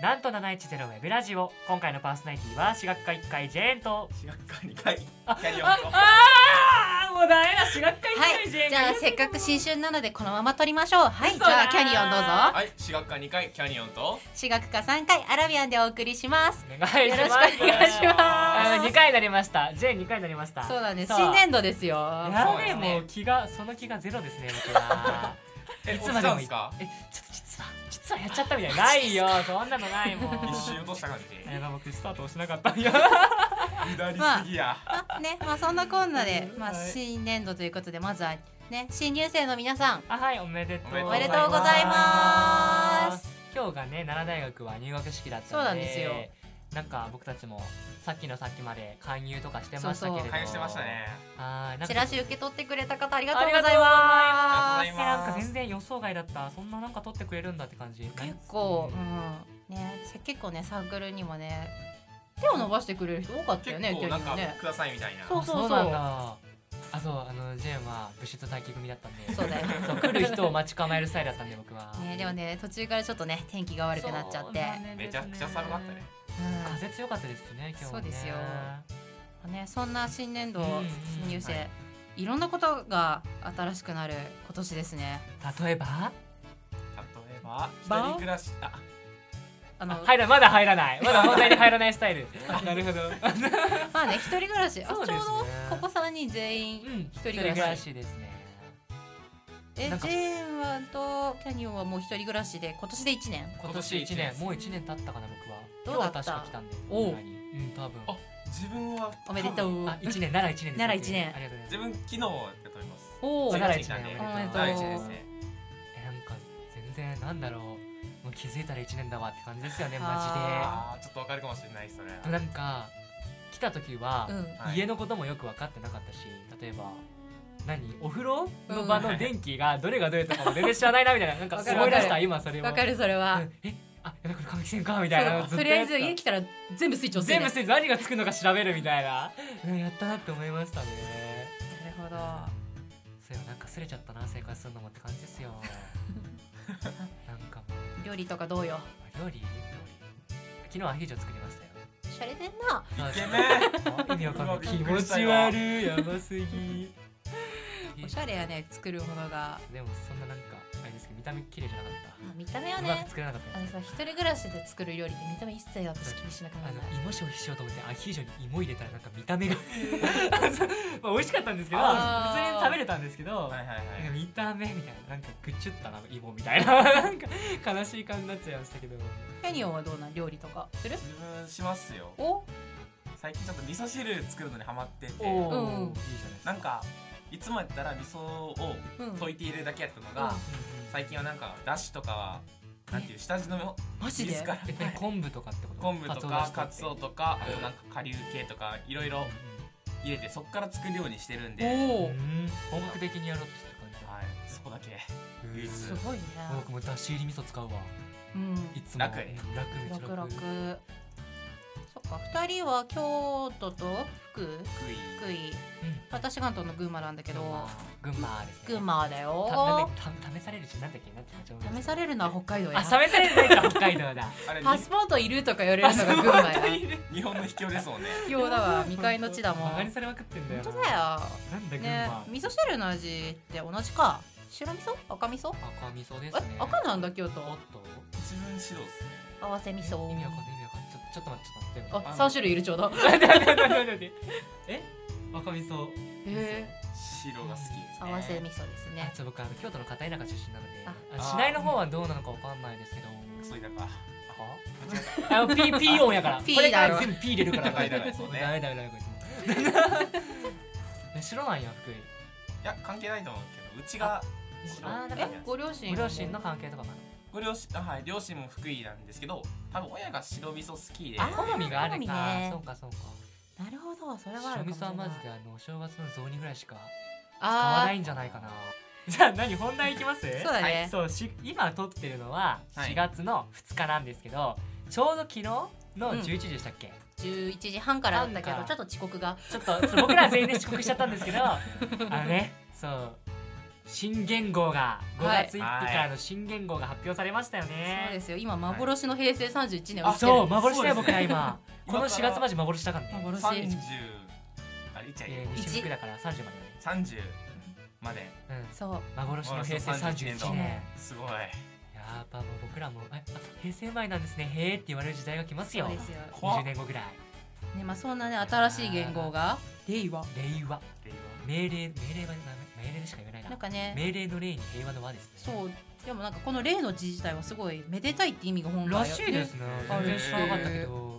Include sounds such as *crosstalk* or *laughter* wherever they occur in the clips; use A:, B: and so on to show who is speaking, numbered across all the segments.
A: なんと710ウェブラジオ今回のパーソナリティは私学科1回ジェーンと
B: 私学科2回キャリオン
A: あ
B: と
A: あーもうダメだ私学科1
C: は
A: 回
C: い、
A: ジ
C: じ
A: ェーン
C: ゃあせっかく新春なのでこのまま撮りましょう。はい、
A: 嘘
C: じ
A: だー
C: ゃあキャニオンどうぞ。
B: はい私学科2回キャニオンと
C: 私学科3回アラビアンでお送りします。
A: お願いします
C: よろしくお願いしま
A: *laughs*
C: す
A: 2回になりましたジェーン2回になりました
C: そうなんです。
A: さあ
C: 新年度ですよ。
A: や
B: そう
A: だね
B: ですね
A: もう気がその気がゼロですね僕は
B: え
A: いつまでも
B: 落ちたん
A: えちょっと実は実はやっちゃったみたいなないよそんなのないもん
B: すか一
A: *laughs*
B: 瞬落とした感じ
A: やば僕スタート押しなかったんや
B: 下りすぎや
C: まあね、まあそんなこんなで、まあ
A: はい
C: 新年度ということでまずはね新入生の皆さん、
A: あはいおめでとう
B: おめでとうござい
C: ます
A: 今日がね奈良大学は入学式だったので
C: そうなんですよ
A: なんか僕たちもさっきのさっきまで勧誘とかしてましたけれど
C: そうそう
B: 関与してましたね
A: はいなんか
C: チラシ受け取ってくれた方ありがと
A: あ
C: う
A: り
C: ご
A: がと
C: ざ
A: う
C: い
A: ござい
C: ま
B: ま
A: えな
B: すす。
A: んか全然予想外だったそんななんか取ってくれるんだって感じ
C: 結構、うん、ね、せ結構ねサークルにもね手を伸ばしてくれる人多かったよ
B: 結
C: ね、キャ
B: 構
C: ニ
B: な
C: オ
B: ん
C: ン
B: か
C: ね。
B: くださいみたいな
C: そうそうそう
A: なんだあそうあのジェーンは物質待機組だったんで
C: そうだよ
A: そう来る人を待ち構えるスタイルだったんで僕は
C: ね、でもね途中からちょっとね天気が悪くなっちゃって、
B: めちゃくちゃ寒かったね
C: うん
A: 風強かったですね今日ね
C: そうですよね、そんな新年度
A: うんうん
C: 新入生、
A: はい
C: い、ろんなことが新しくなる今年ですね。
A: 例えば
B: 例えば
C: ば
B: 一人暮らしあ
C: あの
A: あ入らまだ入らないまだ本題に入らないスタイル *laughs* なるほど
C: まあね一人暮らし、あ
A: そ
C: ちょ
A: う
C: う
A: です
C: ど
A: ね
C: ここ三人全員、
A: うん
C: 一人暮らし
A: ですね
C: え
A: なんか
C: ジェーンはとキャニオンはもう一人暮らしで今年で一年。
A: 今年一年もう一年経ったかな僕は
C: どうだった
A: 今日確か来たんでこ
C: おう
A: ちらにうん多分
B: あ自分は
C: おめでと
B: 多分
C: う。
A: あ一年奈良一年です
C: 奈良一年
A: ありがとうござ
B: 自
A: います
B: 分昨日やっております
C: おお。
A: そう
C: う
A: だ
C: ん
A: ね
C: おめでとう
B: 第一ですね
A: えなんか全然なんだろうもう気づいたら一年だわって感じですよねマ
C: あ
B: あーちょっとわかるかもしれないそれ
A: ジででもなんか来た時は、
B: はい
A: 家のこともよく分かってなかったし例えば何お風呂の場の電気がどれがどれとかも全然知らないなみたいななんか
C: *laughs* わかる
A: 思い出し
C: わか
A: た
C: る
A: 今それを
C: わかるそれ
A: う
C: は。
A: んえあやばいこれ換気扇かみたいな
C: そ
A: ず
C: う
A: っ
C: とりあえ
A: や
C: ず
A: ってた
C: 家来たら全部スイッチ押す
A: 全
C: ね。
A: 部して何がつくのか調べるみたいな、 *laughs* うん、やったなって思いましたね
C: なるほど。
A: そうよなんかすれちゃったな生活するのもって感じですよなんかもう
C: 料理とかどうよ。
A: 料理料理昨日アヒージョ作りましたよ
C: しゃれてんな。
A: イ *laughs*
B: イケメ
A: 意味わかんな
B: う
A: い
B: わ
A: 気
B: びっく
A: 持
B: りした
A: ち
B: よ
A: 悪いやばすぎ
C: おしゃれやね作るものが。
A: でもそんななんかあれですけど見た目綺麗じゃなかっ
C: 見た目は
A: た、うま
C: ね
A: く。作れなかった
C: あ
A: です
C: のさ一人暮らしで作る料理って見た目一切私気にしなく
A: あ
C: ならない
A: の芋消費しようと思ってアヒージョに芋入れたらなんか見た目が *laughs* まあ美味しかったんですけど
C: あー
A: 普通に食べれたんですけど、
B: ンはいはいはい
A: なんか見た目みたいななんかぐちゅったな芋みたいななんか悲しい感じになっちゃいましたけど
C: キャニオンはどうなん料理とかする
B: 自分しますよ
C: お
B: 最近ちょっと味噌汁作るのにハマってて
A: おー
C: うん
A: いいじゃないですか
B: なんかいつもやったら味噌を
C: うん
B: 溶いて入れるだけやったのが、最近はなんかだしとかはなんていう下地の
C: マジで
B: ですから
A: え何昆布とかってこと
B: 昆布とかカツ
A: オ
B: オとかあとなんか顆粒系とかいろいろ入れてそっから作るようにしてるんで、はい、
C: おお
A: 本格的にやろうとしてる感じだ
B: そこだけ
A: へー
B: 唯一
C: すごいね
A: 僕もだし入り味噌使うわ
C: うん
A: いつも
B: 楽
A: うん楽めっちゃ
C: 楽々
A: 楽
C: そっか二人は京都と福
B: 福井
C: 福井私関東の群馬なんだけ
A: け
C: ど
A: 群馬ですね
C: 群馬だ
A: たなん
C: よ
A: だっけた試されるしなんだっけなんて言うんだっけ
C: 試されるのは北海道や
A: あ試されるないか北海道
C: *laughs*
A: だ
B: あれ
C: パスポートいるとか言われるのが群馬や
B: に日本の秘境ですもんね
C: 必要だわ未開の地だもん
A: バカに
C: 本
A: されまくってんだよな
C: 当だよ
A: なんだ群
C: ね
A: 馬
C: 味噌汁の味って同じか白味噌赤味噌
A: 赤味噌です
C: え
A: ね
C: 赤なんだ京都
A: おっと
B: 自分指導ですね
C: 合わせ味噌
A: 意味わかんない意味わかんないちょちょっと待ってちょっと待って
C: あ三種類いるちょうど
A: 待って待って待って待ってえ赤味噌
C: へ
B: 白が好きですね
C: 合わせ味噌です
A: あ
C: ね
A: ちょ僕あの京都の片田舎出身なので
C: あ
A: あ市内の方はどうなのかわかんないですけど
B: クソ田舎
A: あの P, P 音やから
C: P
A: これから
C: だよ
A: 全部 P 入れるから
B: 高い高いそうね
A: ダメダメダメこいつも白なんや福井
B: いや関係ないと思うけどうちが白
A: あーなんか
C: えご両親
A: ご両親の関係とかか
B: ご両親あはい両親も福井なんですけど多分親が白味噌好きで
C: あ
A: な好みがあるか、
C: 好みね
A: そうかそうか
C: なるほどそれはあ
A: 白
C: るか
A: 味噌は
C: もしれな
A: マ
C: い
A: ジであのお正月の雑煮ぐらいしか使わ
C: あ
A: ないんじゃないかなじゃあ何本題いきます
C: ーそうだ
B: は
C: ね
A: そうし今撮ってるのは
B: はい
A: 4月の2日なんですけど、ちょうど昨日の
C: うん
A: 11時でしたっけ、
C: 11時半からだったけ
A: 半
C: ど
A: か *laughs*
C: ちょっと遅刻が
A: ちょっと僕ら全員で遅刻しちゃったんですけどあのねそう新元号が5
C: はい
A: 月1日からの新元号が発表されましたよね、
C: そうですよ今幻の平成31年を
B: あ
C: 生きてる
A: そう幻だよ
B: そう
A: 僕
B: です
A: ら
B: ね
A: 今こ
B: 今か
A: の
B: ら
A: 4月まじ幻だからね、
C: 幻
B: 三十あれいっちゃい
A: えー、西福だから30までね
B: 三十まで
C: そう
A: 幻の平成31年
B: すごい
A: やっぱもう僕らもえあ平成前なんですねへーって言われる時代が来ますよ
C: そうですよ
B: 怖
A: 20
B: っ
A: 年後ぐらい
C: ねまあそんなね新しい言語が令和
A: 令和命令命令は命令でしか言えないな
C: なんかね
A: 命令の令に平和の和ですね
C: そうでもなんかこの令の字自体はすごいめでたいって意味が本来は
A: らしいですね
B: あ
A: 全然
B: れ
A: 知らなかったけど、うん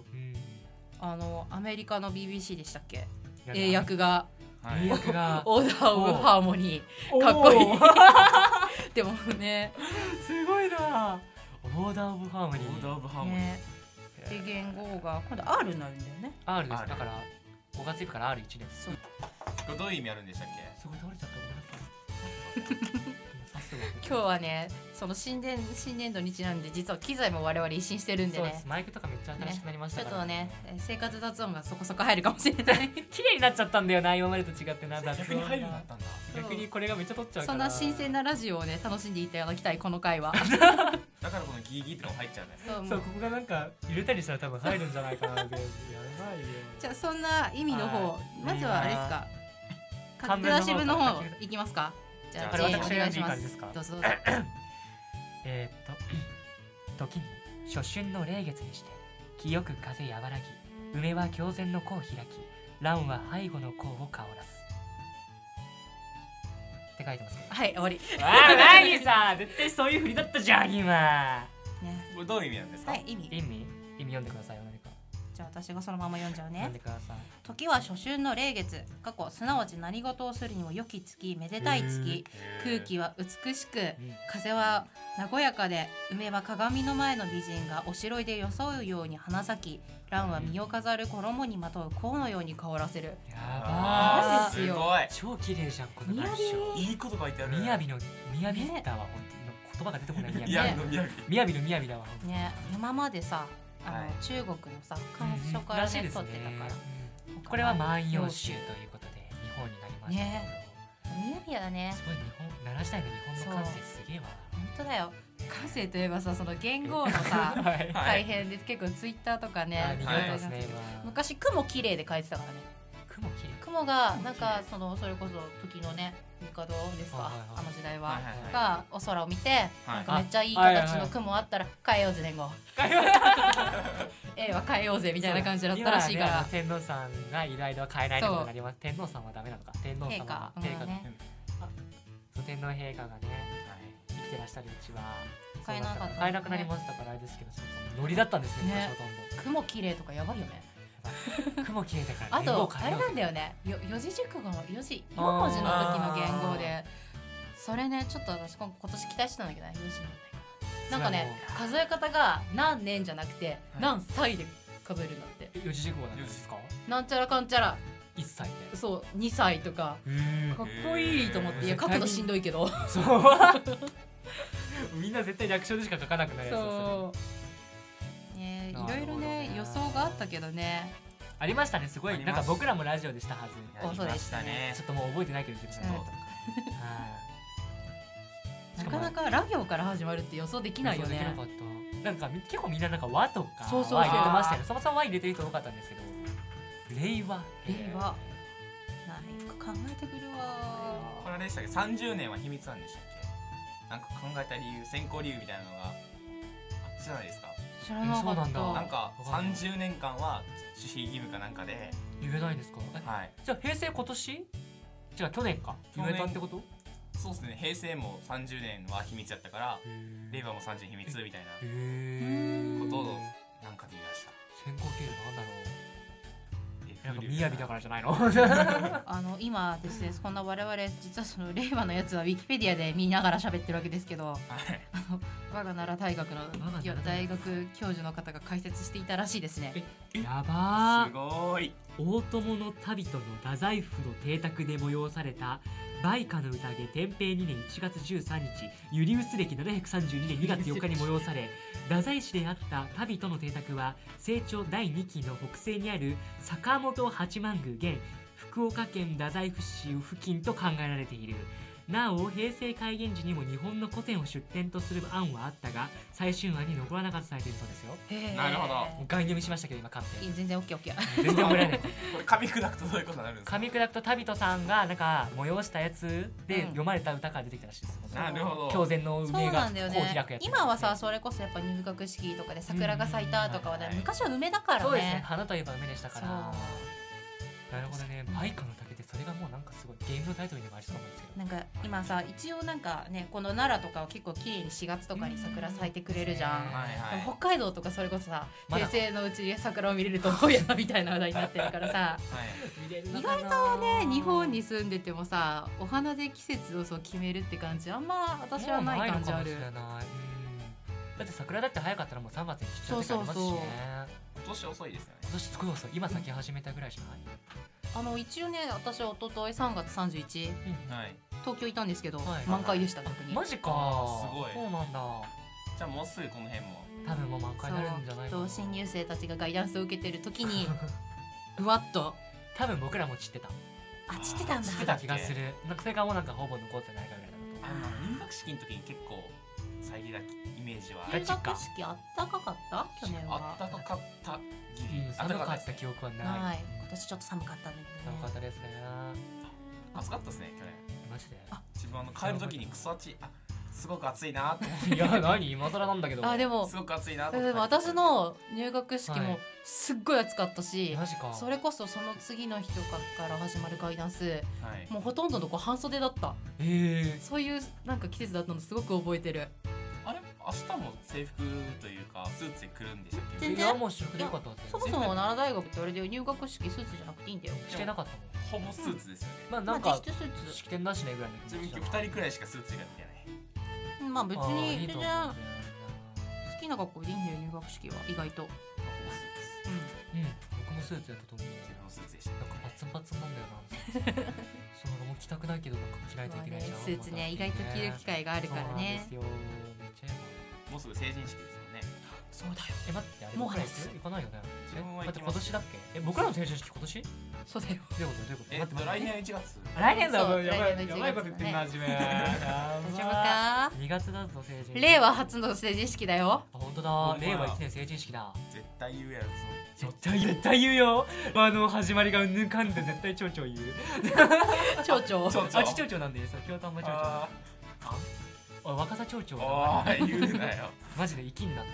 C: あのアメリカの BBC でしたっけ
A: いや
C: 英訳が
B: はい
A: 英訳が
C: 「オーダー・オブ・ハーモニー
A: おー
C: かっこいい *laughs* でもね
A: すごいなオーダーオブハーモ
B: オ
A: ニ
B: ー
A: ー
B: ダーオブハーモニー
C: ねで言語が今度 R になるんだよね
A: R です
B: R
A: だから5月1日から R1 年す
C: そう
B: これどういう意味あるんでしたっけ
A: ごい倒れちゃったご
B: *laughs*
A: めんなさいさすが
C: 今日はねその新年新年度にちなんで実は機材も我々一新してるんで
A: そうで
C: ね
A: すマイクとかめっちゃ新しくなりまし
C: ち
A: た
C: ょっ
A: から
C: とねえー生活雑音がそこそこ入るか
A: *laughs*
C: もしれない
A: 綺麗になっちゃったんだよな今までと違ってな雑音
B: 逆に入るようになったんだ
C: そう
A: 逆にこれがめっちゃ取っちゃうか
C: そん
A: ら
C: な新鮮なラジオをね楽しんでいただきたいこの
A: *laughs*
C: 回は
B: だからこのギーギーってのが入っちゃうんだよ
C: そうも
A: そううここがなんか揺れたりしたら多分入るんじゃないかな
C: *laughs*
A: ってやばいよ
C: じゃあそんな意味の方
A: は
C: まずはあれですか
A: 漢
C: 駆
A: 文
C: け
A: の方
C: 出し部の
A: か
C: 方
A: ら
C: いきますかじゃ
B: こ
C: あジ
B: れ
C: ェー
B: 私
C: ンお
A: が
C: 願
A: 読んでいい
C: いしま
A: 感
C: す
A: じですか
C: どうぞどうぞ
A: えーっと *clears throat* 時に初春の霊月にして清く風和らぎ梅は狂前の甲を開き蘭は背後の甲を香らすって書いてますけど
C: はい終わり
A: *laughs* あー何さ絶対そういうふりだったじゃん今
C: ね
B: これどういう意味なんですか
C: はい意味
A: 意味意味読んでください何か
C: じゃあ私がそのまま読んじゃう
A: 読
C: ね
A: んでください
C: 時は初春の霊月過去すなわち何事をするにも良き月めでたい月空気は美しく
A: うん
C: 風は和やかで梅は鏡の前の美人がおしろいで装うように花咲き蘭は身を飾る衣にまとう甲のように香らせる
A: やば
C: ー
B: あーすごい
A: ー超綺麗じゃんこの文章
B: いいこと書いてある
A: みやびのみやびだわ本当に言葉が出てこないみやび
B: いやみやび
A: みやびのみやびだわ本
C: ね今までさあの、
B: はい
C: 中国のさ
A: 当に
C: 鑑賞から
A: ら
C: ね
A: しいです
C: 撮ってたから
A: うんこれは万葉集ということで日本になりましたけど、
C: ね宮城だね
A: すごい日本奈良時代の日本の感性すげえわ
C: 本当だよ感性といえばさその元号のさ
A: *laughs* はい
B: はい
C: 大変で結構ツイッターとか
A: あ
C: ね
A: 見
B: 右肩
A: 事ですね今
C: 昔雲綺麗で書いてたからね
A: 雲綺麗
C: 雲がなんかそのそれこそ時のね帝ですか、
A: はいはいはい
C: あの時代は、
B: はいはいはい
C: がお空を見て、
B: はい
C: なんかめっちゃいい
A: あはいはい
C: 形の雲あったら変えようぜ年号 *laughs* A は変えようぜみたいな感じだったらしい
A: 今
C: か
A: は
C: ら
A: ね、天皇さんが依頼度は変えないことになります天皇さんはダメなのか天皇様
C: 陛下
A: は
C: もうね
A: そう天皇陛下がね生きてらっしゃるうちは
C: 買えなかった
A: そうだら買えなくなりましたからあれですけどそうそうノリだったんですね
C: ね *laughs*
A: 昔ほ
C: 雲綺麗とかやばいよね
A: とんど雲綺麗だから
C: あ
A: 年号
C: とあ
A: 変え
C: れ
A: ようぜ
C: なんだよねよ四字熟語の四字四文字の時の言語でそれねちょっと私今今年期待してたんだけどね四字じゃないなんかね数え方が何年じゃなくて何歳で数えるんだって
A: 四字熟語なんですか
C: なんちゃらかんちゃら
A: 一歳で
C: そう2歳とか
A: うん
C: かっこいいと思って、いや
A: えー
C: 書くのしんどいけど
A: そう *laughs* みんな絶対略称でしか書かなくなるやつですよね
C: うねい
A: な
C: ろ
A: る
C: い
A: ほ
C: ろ
A: どね
C: ね予想があったけどね
A: ありましたねすご
B: あ
A: い
B: り
A: な
B: ま
A: ん
B: す
A: か僕らもラジオでしたはず
B: やりましたね
A: ちょっともう覚えてないけど自分のこと
C: なかな
A: か
C: かラ行から始まるって予想できないよ
A: できな
C: ね
A: かったなんかみ結構みんななんか和とか
C: そうそうそう
A: は入れてましたよねそもそも和入れてる人多かったんですけど令和
C: 令和なんか考えてく
B: これ
C: るわ
B: あれでしたっけ30年は秘密なんでしたっけなんか考えた理由選考理由みたいなのがあ知らないですか
C: 知らな
A: そう
C: か
A: な
C: っ
A: んだ
B: な
C: た
B: んか
A: わかんない
B: 30年間は守秘義務かなんかで、
A: 言えないんですかえ
B: はい、
A: じゃあ平成今年違う去年か
B: 去
A: 言
B: 年
A: えたってこと
B: そうですね平成も30年は秘密やったから令和も30年秘密みたい
A: へえ
B: ことをななんかで言いました
A: 先行給料なんだろ
B: え
A: うなんか
B: 風流
A: 雅だからじゃないの *laughs*
C: あの今ですねこんな我々実はその令和のやつはウィキペディアで見ながら喋ってるわけですけど
B: はい
C: 我が奈良大学の
A: 奈良大学
C: 大学教授の方が解説していたらしいですね
A: やばー
B: すごい
A: 大友の旅人の太宰府の邸宅で催された梅花の宴天平2年1月13日ユリウス暦732年2月4日に催され太宰市であった旅人の邸宅は成長第2期の北西にある坂本八幡宮現福岡県太宰府市付近と考えられているなお平成開元時にも日本の古典を出典とする案はあったが最終案に残らなかったとされているそうですよ
C: へー
B: なるほど
A: もうガン読みしましたけど今カン
C: い *laughs*
A: ペ
C: い全然オッケーオッケー
A: 全然覚えられない
B: これ噛み砕くとどういうことになるんです
A: 噛
B: か
A: み砕くとタビトさんがなんか催したやつで
C: うん
A: 読まれた歌から出てきたらしいですよ、
B: なるほ
A: 狂
B: ど
A: 前の
C: そう
A: 梅が
C: な
A: こ
C: ん
A: う
C: だよ
A: 開くや
C: ね
A: つ
C: 今はさそれこそやっぱ入学式とかで桜が咲いたとかはね
B: うん
C: 昔は梅だから
A: そうですね
C: ね
A: 花といえば梅でしたから
C: そう
A: なるほどねバイカの竹ってそれがもうなんかすごいゲームのタイトルにもありそうなんですけど
C: なんか今さ一応なんかねこの奈良とかは結構綺麗に4月とかに桜咲いてくれるじゃ
A: う
C: ん
A: ん
B: はいはい
C: 北海道とかそれこそさ
A: まだ
C: 平成のうちに桜を見れると思うやみたいな話題になってるからさ *laughs*
B: はい
A: 意外と
C: ね日本に住んでてもさお花で季節をそう決めるって感じあんま私はない感じある
A: もうないのかもしれないうんだって桜だって早かったらもう3月に散っちゃう時ありますし
C: そう
A: ね
C: そうそう
B: 今年遅いですよね
A: 今年すごい遅い今咲き始めたぐらいじゃない、
C: あの一応ね私は一昨日3月31日
B: はい
C: 東京いたんですけど、
A: はい
C: 満開でした特
A: あ
C: に
A: マジか
B: あーすごい
A: そうなんだ
B: じゃあもうすぐこの辺も
A: 多分もう満開になるんじゃないか
C: そ
A: な
C: うきっと新入生たちがガイダンスを受けてる時 *laughs* にふわっと
A: 多分僕らも散ってた
C: あ散ってたんだ
A: 散ってた気がするなんかそれがもうなんかほぼ残ってないかぐらいだ
B: あの入学式の時に結構遮りだイメージは
A: え
C: 入学式あったかかった去年
B: あ
C: は
B: ったかかったギリ、
A: うん
B: あった
A: 寒か
B: かっ
A: ったた
B: です
A: 記
B: ね
A: 憶はない
C: ない
A: うん
C: 今年ちょっと寒かったんだ
A: 寒かっ
C: け
A: た
C: どね
A: ですね
B: 暑かったですね去年
A: マジで
C: あ
B: 自分あの帰る時にクソ暑いあすごく暑いなと思っ
A: いや何今更なんだけど
C: あで
B: て
C: も
B: すごく暑いなと
C: で
B: 思って
C: も私の入学式
A: は
C: も
A: い
C: すっごい暑かったし、
A: マジか
C: それこそその次の日とかから始まるガイダンス
B: はい
C: もうほとんどの子半袖だった
A: えー、
C: そういうなんか季節だったのすごく覚えてる
B: あれ明日も制服というかスーツで来るんでしたっけ
C: 全
A: い
C: 然
A: やもう私服でよかったです
C: そ
A: よ
C: もそも奈良大学ってあれで入学式スーツじゃなくていいんだよ
A: してなかったもん
B: ほぼスーツですよね、
A: まあ
C: ま
A: な
C: あ
A: んか、
C: 実質スーツ
A: 式典だしねぐらいの
B: ちなみに
A: だ
B: 今日2人くらいしかスーツ以外見てない
C: まあ別
A: あー
C: に
A: いいと思う
C: 全然
A: んだよな
C: 好きな学校でいいんだよ入学式は意外と、
B: まあほぼスー
A: うん僕もス
B: ツです
A: ーツやったと思う
B: 自分もスーツでした
A: なんかパツンパツンなんだよな
C: *laughs*
A: そうなんかもう着たくないけどなんか着ないといけないじゃん、
C: スーツね意外と着る機会があ
A: あ
C: るからね
A: そうなんですよめっちゃ嫌だ
B: もうすぐ成人式ですよね
C: そうだよ
A: え待ってあれ
C: もう
A: 僕ら
C: 話す
A: 行かないよね
B: 自分は
A: え待
B: 行
A: って
B: き
A: 今
B: ます
A: 年だっけえ僕らの成人式今年ど
C: そうだよ
A: ういうことどういうこと待っ
B: えっ
A: て
B: と
A: 待っ
B: 来
A: て
B: 年1月
A: 来年だ
C: そう
A: やばい
C: 来年の
A: やばいこと言ってんな
C: 1
A: 自
B: *laughs*
A: 分大
C: 大丈夫か
A: 2月だぞ成人式
C: 令和初の成人式だよ
A: あ本当
B: ほ
A: だ
B: んまや
A: 令和1年成人式だ
B: 絶対言うやろその
A: 絶対絶対言うよあの始まりがうんぬんかんで絶対ちょうちょう言う
C: 町長
B: ちょうちょ
A: あちちょうちょうなんでそう京都あんまちょうちょう
B: あ
A: おい若さちょうちょう
B: ー
A: だ
B: あー言うなよ
A: マジで生きんな
B: *laughs*
A: って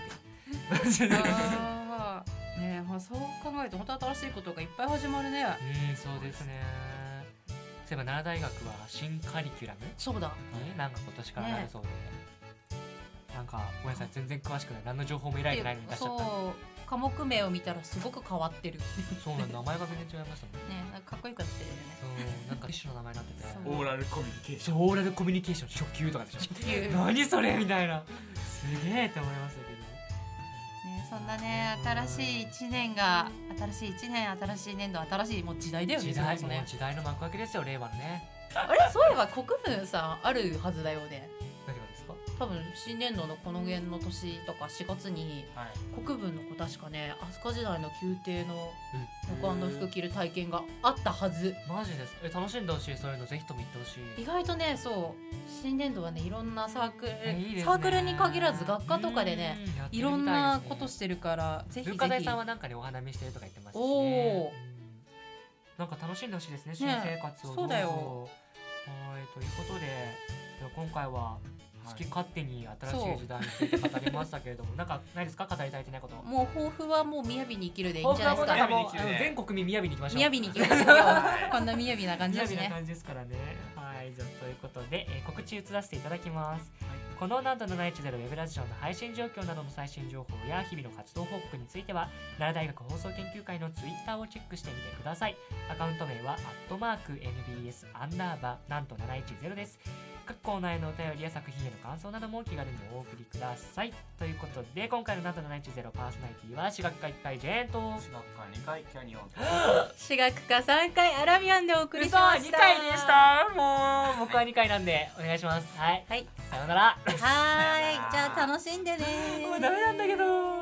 A: マジでうん
C: あーねえ、まあ、そう考えると本当新しいことがいっぱい始まるね
A: そうですねそういえば奈良大学は新カリキュラム
C: そうだ
A: になんか今年からなるそうで、なんかごめんなさい全然詳しくない何の情報も得られてないのに出しちゃった
C: そう科目名を見たらすごく変わってるね
A: そうなんだ名前が全然違いましたもん
C: なんかかっこよくなってるよね *laughs*
A: そうなんか一種の名前になってて
C: そう
B: オーラルコミュニケーション
A: そうオーラルコミュニケーション初級とかでしょ
C: いう
A: 何それみたいなすげえって思いましたけど
C: ね、そんなね新しい一年が新しい一年新しい年度新しいもう時代だよね
A: 時代
C: そ
A: も
C: も
A: う
C: そもね
A: 時代の幕開けですよ令和のね
C: あれそういえば国分さんあるはずだよね
A: 何がですか
C: 多分新年度のこの辺の年とか4月に
B: はい
C: 国分の子確かね飛鳥時代の宮廷の
A: う
C: 保管の服着る体験があったはず
A: マジですえ楽しんでほしいそういうのぜひとも言ってほし
C: 意
A: い
C: 外とねそう新年度はねいろんなサークル
A: えいいですね
C: サークルに限らず学科とかでね
A: うんやって
C: い
A: みた
C: ろ
A: ですね
C: んなことしてるからぜひ
A: 文
C: ぜひ
A: 化財さんはなんかねお花見してるとか言ってましたしね
C: お
A: うん
C: ー
A: なんか楽しんでほしいですね新生活をどうぞ
C: そうだよ
A: はいということででは今回は好き
B: はい
A: 勝手に新しい時代について語りましたけれど
C: *laughs*
A: もなんかないですか語りたいってないこと
C: もう抱負はもう雅に生きるでいいんじゃないです
B: 抱負は
C: か
B: もう
A: あの全国民雅に行きましょう
C: 雅に生きる *laughs* こんな雅な感じだし
A: 雅な
C: ね
A: 感じですからね。はい、じゃあということで、えー告知移らせていただきます。このなんと710ウェブラジオの配信状況などの最新情報や日々の活動報告については、奈良大学放送研究会のツイッターをチェックしてみてください。アカウント名は、アットマーク NBS アンダーバーなんと710です。各コーナーへのお便りや作品への感想などもお気軽にお送りください。ということで、今回のなんと710パーソナリティは、私学科いっぱいジェーンと、
B: 私学科2回キャニオンと
C: 私学科3回アラビアンでお送りし
A: 嘘
C: ました
A: 2回でしたもう僕は2回なんでお願いしますはい
C: はい
A: さようなら
C: はーいじゃあ楽しんでね
A: もうダメなんだけど